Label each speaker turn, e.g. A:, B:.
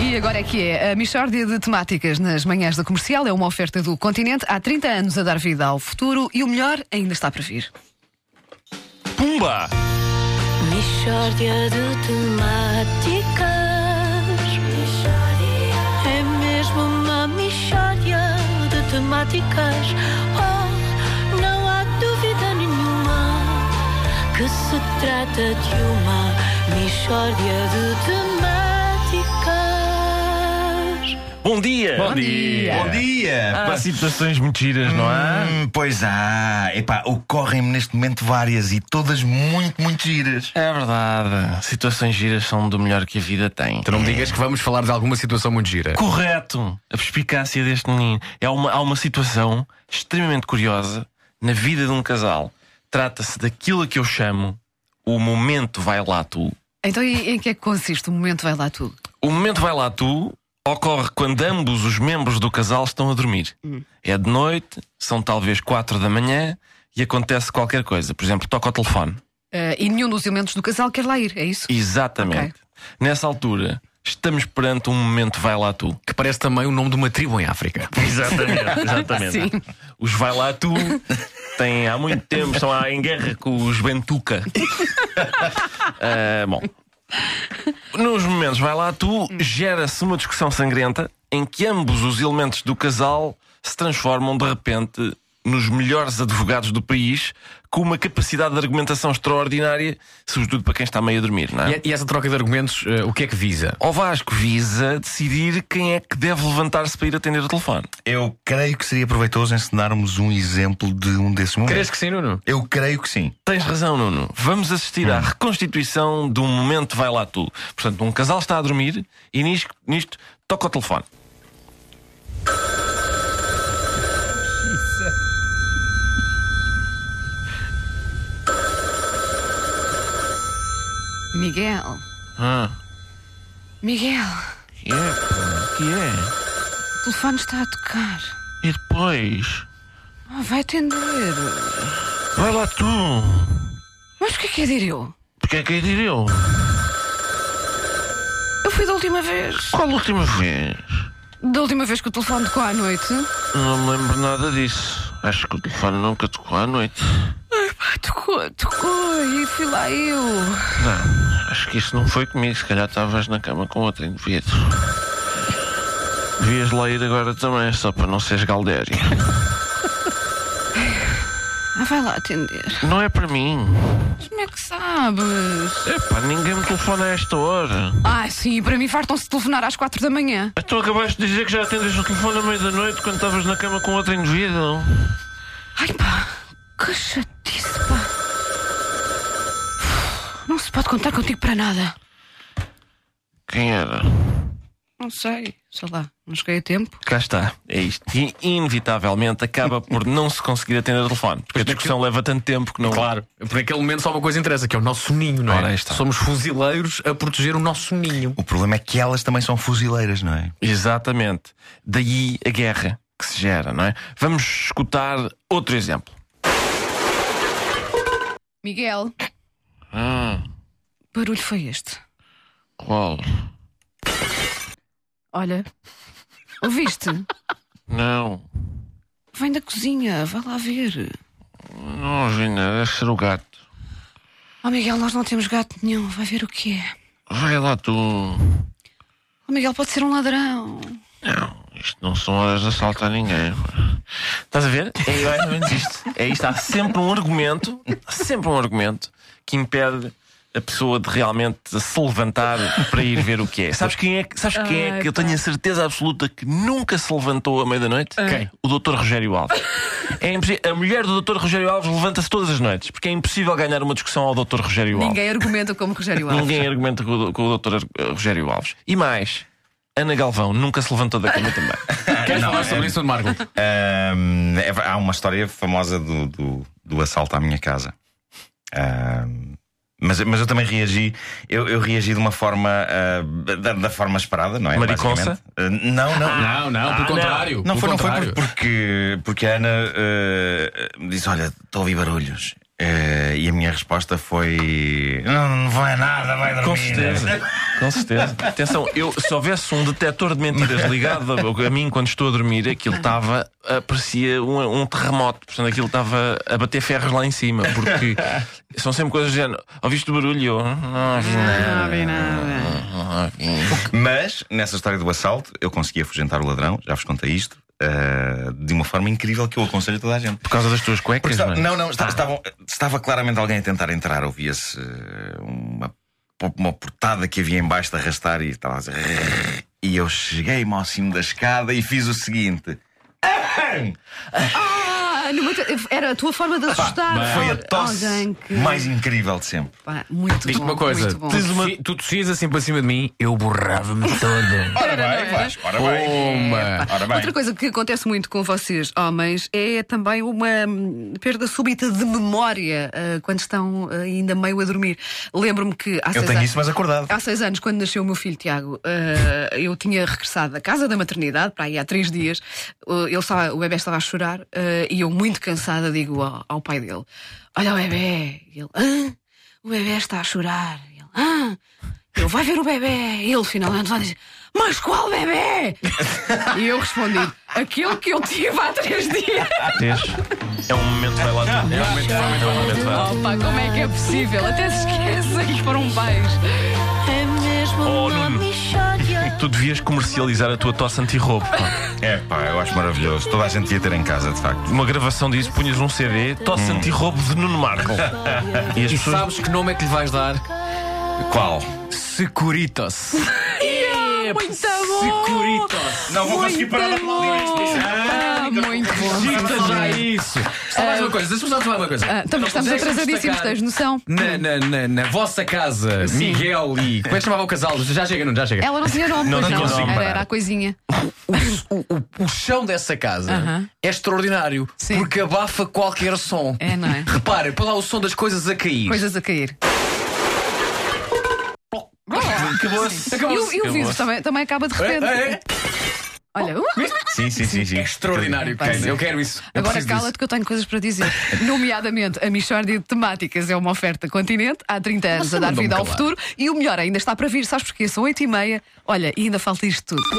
A: E agora é que é. A Michórdia de Temáticas nas manhãs da comercial é uma oferta do continente há 30 anos a dar vida ao futuro e o melhor ainda está para vir.
B: Pumba!
C: Mishória de temáticas É mesmo uma mishória de temáticas Oh, não há dúvida nenhuma Que se trata de uma mishória de temáticas
B: Bom dia!
A: Bom dia.
D: É.
E: Bom
D: Ah.
E: dia!
B: Há situações muito giras, não é? há?
E: Hum, pois há, epá, ocorrem-me neste momento várias e todas muito, muito giras.
B: É verdade. Situações giras são do melhor que a vida tem.
D: Tu não me digas que vamos falar de alguma situação muito gira.
B: Correto! A perspicácia deste menino. É uma, há uma situação extremamente curiosa na vida de um casal. Trata-se daquilo a que eu chamo o momento vai lá tu.
A: Então, e- em que é que consiste o momento vai lá tu?
B: O momento vai lá tu ocorre quando ambos os membros do casal estão a dormir. É de noite, são talvez quatro da manhã e acontece qualquer coisa. Por exemplo, toca o telefone.
A: Eh, e nenhum dos elementos do casal quer lá ir, é isso?
B: Exatamente. Nessa altura, estamos perante um momento vai lá tu.
D: Que parece também o nome de uma tribo em África.
B: Exatamente, exatamente.
A: Sim.
B: Os vai lá tu têm há muito tempo, estão lá em guerra com os Bentuca. Ah, bom. Nos momentos vai lá tu, gera-se uma discussão sangrenta em que ambos os elementos do casal se transformam de repente nos melhores advogados do país, com uma capacidade de argumentação extraordinária, sobretudo para quem está meio a dormir, não é?
D: E, e essa troca de argumentos, eh, o que é que visa?
B: Ao Vasco visa decidir quem é que deve levantar-se para ir atender o telefone.
E: Eu creio que seria proveitoso ensinarmos um exemplo de um desses momentos.
D: Crees que sim, Nuno?
E: Eu creio que sim.
B: Tens razão, Nuno. Vamos assistir à reconstituição de um momento vai lá tu. Portanto, um casal está a dormir e nisto, nisto toca o telefone.
A: Miguel.
B: Ah,
A: Miguel,
B: que é? O que é?
A: o telefone está a tocar.
B: E depois?
A: Oh, vai atender.
B: Vai lá tu.
A: Mas o que é que é dizer eu?
B: Porque é que é diria eu?
A: Eu fui da última vez.
B: Qual a última vez?
A: Da última vez que o telefone tocou à noite.
B: Não me lembro nada disso. Acho que o telefone nunca tocou à noite.
A: Ai, pá, Ah, tocou, tocou e fui lá eu.
B: Não, Ah, acho que isso não foi comigo. Se calhar estavas na cama com outro indivíduo. Devias lá ir agora também, só para não seres Galdério.
A: Ah, vai lá atender.
B: Não é para mim.
A: Mas como é que sabes?
B: Epá, ninguém me telefona a esta hora.
A: Ah, sim, para mim fartam-se de telefonar às quatro da manhã.
B: Então acabaste de dizer que já atendes o telefone à meia-da-noite quando estavas na cama com outro indivíduo.
A: Ai pá, que chatice, pá. Não se pode contar contigo para nada.
B: Quem era?
A: Não sei, sei lá, não cheguei a tempo.
B: Cá está, é isto. E inevitavelmente acaba por não se conseguir atender o telefone. Porque a discussão leva tanto tempo que não.
D: Claro. Por naquele momento só uma coisa interessa, que é o nosso soninho, não
B: Ora, aí
D: é?
B: está.
D: Somos fuzileiros a proteger o nosso soninho.
E: O problema é que elas também são fuzileiras, não é?
B: Exatamente. Daí a guerra que se gera, não é? Vamos escutar outro exemplo.
A: Miguel,
B: Ah,
A: barulho foi este.
B: qual?
A: Olha, ouviste?
B: Não,
A: Vem da cozinha, vai lá ver.
B: não ouvi nada, deve ser o gato.
A: Oh Miguel, nós não temos gato nenhum, vai ver o que é.
B: Vai lá tu.
A: Oh Miguel, pode ser um ladrão.
B: Não, isto não são horas de assalto a ninguém. Estás a ver? É mais ou menos isto. É isto. Há sempre um argumento, há sempre um argumento que impede a pessoa de realmente se levantar para ir ver o que é. Sabes quem é, que- sabes quem é
A: Ai,
B: que eu tenho a certeza absoluta que nunca se levantou à meia-noite?
D: Quem?
B: O Dr. Rogério Alves. É impossi- a mulher do Dr. Rogério Alves levanta-se todas as noites, porque é impossível ganhar uma discussão ao Dr. Rogério Alves.
A: Ninguém argumenta como Rogério Alves.
B: Ninguém argumenta com o, com o Dr. Rogério Alves. E mais, Ana Galvão nunca se levantou da cama também.
D: Queres falar sobre isso, Nuno Marco?
E: Ahm, é ver- há uma história famosa do, do, do assalto à minha casa. Ahm, mas, mas eu também reagi, eu, eu reagi de uma forma ah, da, da forma esperada, não é?
B: Mariconça?
E: Basicamente. Ah, não, não.
D: Não, Ah, não, pelo
B: não.
D: contrário.
E: Não
D: pelo
E: foi, não foi
D: contrário.
E: eh, por- porque, porque a Ana ah, me disse: Olha, estou a ouvir barulhos. Eh, e a minha resposta foi: Não, não vai nada, vai dormir.
B: Com certeza. Com certeza. Atenção, eu, se houvesse um detector de mentiras ligado a, a mim quando estou a dormir, aquilo estava. ah, parecia um, um terremoto. Portanto, aquilo estava a bater ferros lá em cima. Porque são sempre coisas do género. Ouviste o barulho? E Eu, não ouvi nada.
A: ouvi nada.
B: não ouvi."
E: Mas, nessa história do assalto, eu consegui afugentar o ladrão, já vos contei isto, eh, de uma forma incrível que eu aconselho a toda a gente.
B: Por causa das tuas
E: Porque
B: cuecas, é?
E: estava-
B: mano?
E: não, não, esta- estavam- estava claramente alguém a tentar entrar, ouvia-se eh, uma, uma portada que havia embaixo de arrastar e estava a dizer. "Rrr". E eu cheguei-me ao cimo da escada e fiz o seguinte.
A: Ah, numa te- Era a tua forma de assustar. Oh,
E: Foi a
A: al- alguém
E: tosse
A: que-
E: mais incrível de sempre.
A: Pá, muito
D: Diz-te
A: bom,
D: uma coisa,
A: muito bom.
D: tens uma- tu tossias assim para cima de mim, eu borrava-me todo.
E: Ora bem, Oh, Vasco, ora bem.
D: Puma!
E: Ora bem.
A: Outra coisa que acontece muito com vocês, homens, é também uma hum, perda súbita de memória ah, quando estão ah, ainda meio a dormir. Lembro-me que há
E: Eu
A: seis
E: tenho
A: anos-
E: isso, mas acordado.
A: Há seis anos, quando nasceu o meu filho Tiago, eh, eu tinha regressado da casa da maternidade, para aí há três dias. Eh, ele estava, o bebê estava a chorar eh, e eu, muito cansada, digo ao, ao pai dele: Olha o bebê. E ele: Hã? O bebê está a chorar. E ele: Hã? Eu, vai ver o bebê. E ele finalmente lá diz: Mas qual bebê? e eu respondi: Aquele que eu tive há três dias.
B: Tens. É um momento que vai lá. É um momento que vai lá. É um momento que vai lá.
A: Opa, como é que é possível? Até se esquecem que foram pais.
C: É mesmo
B: Oh,
C: uma
B: Nuno.
C: mixória.
B: Tu devias comercializar a tua tosse anti-roubo. pá.
E: É pá, eu acho maravilhoso. Toda a gente ia ter em casa, de facto.
B: Uma gravação disso, punhas um CD, tosse anti-roubo de Nuno Marco. E as
D: E
B: pessoas.
D: Hum. sabes que nome é que lhe vais dar?
E: Qual?
D: Securitas.
A: Muito
D: Securitas.
E: Não vou conseguir parar de
A: Então, Ah, muito bom.
D: Cita já isso. Só mais uma coisa, deixa-me só falar uma coisa.
A: Ah, também
D: Não
A: estamos
D: consegues
A: atrasadíssimos,
D: destacar
A: tens noção?
D: Na, na, na, na vossa casa, Miguel e. Como é que chamava o casal? Já chega, não, já chega.
A: Ela não tinha nome,
B: Não
A: pois
B: tinha
A: não.
B: nome.
A: Era, era a coisinha.
D: O, o- o chão dessa casa
A: Aham.
D: é extraordinário
A: Sim.
D: porque abafa qualquer som.
A: É, não é?
D: Repara, põe lá o som das coisas a cair.
A: Coisas a cair.
D: Acabou-se.
A: E o,
D: Acabou-se.
A: e o vidro também, também acaba de repente.
D: É, é.
A: Olha, uh,
E: Sim, sim, sim, sim.
D: É extraordinário,
A: Pá,
D: Keynes.
A: sim.
D: Eu quero isso. Eu
A: agora
D: É preciso
A: cala-te que eu tenho coisas para dizer. Nomeadamente, a Michórdia de Temáticas é uma oferta continente há 30 anos
D: Você
A: a dar
D: mandou-me
A: vida ao
D: calar.
A: futuro e o melhor ainda está para vir, sabes porquê? São 8 e meia. Olha, e ainda falta isto tudo.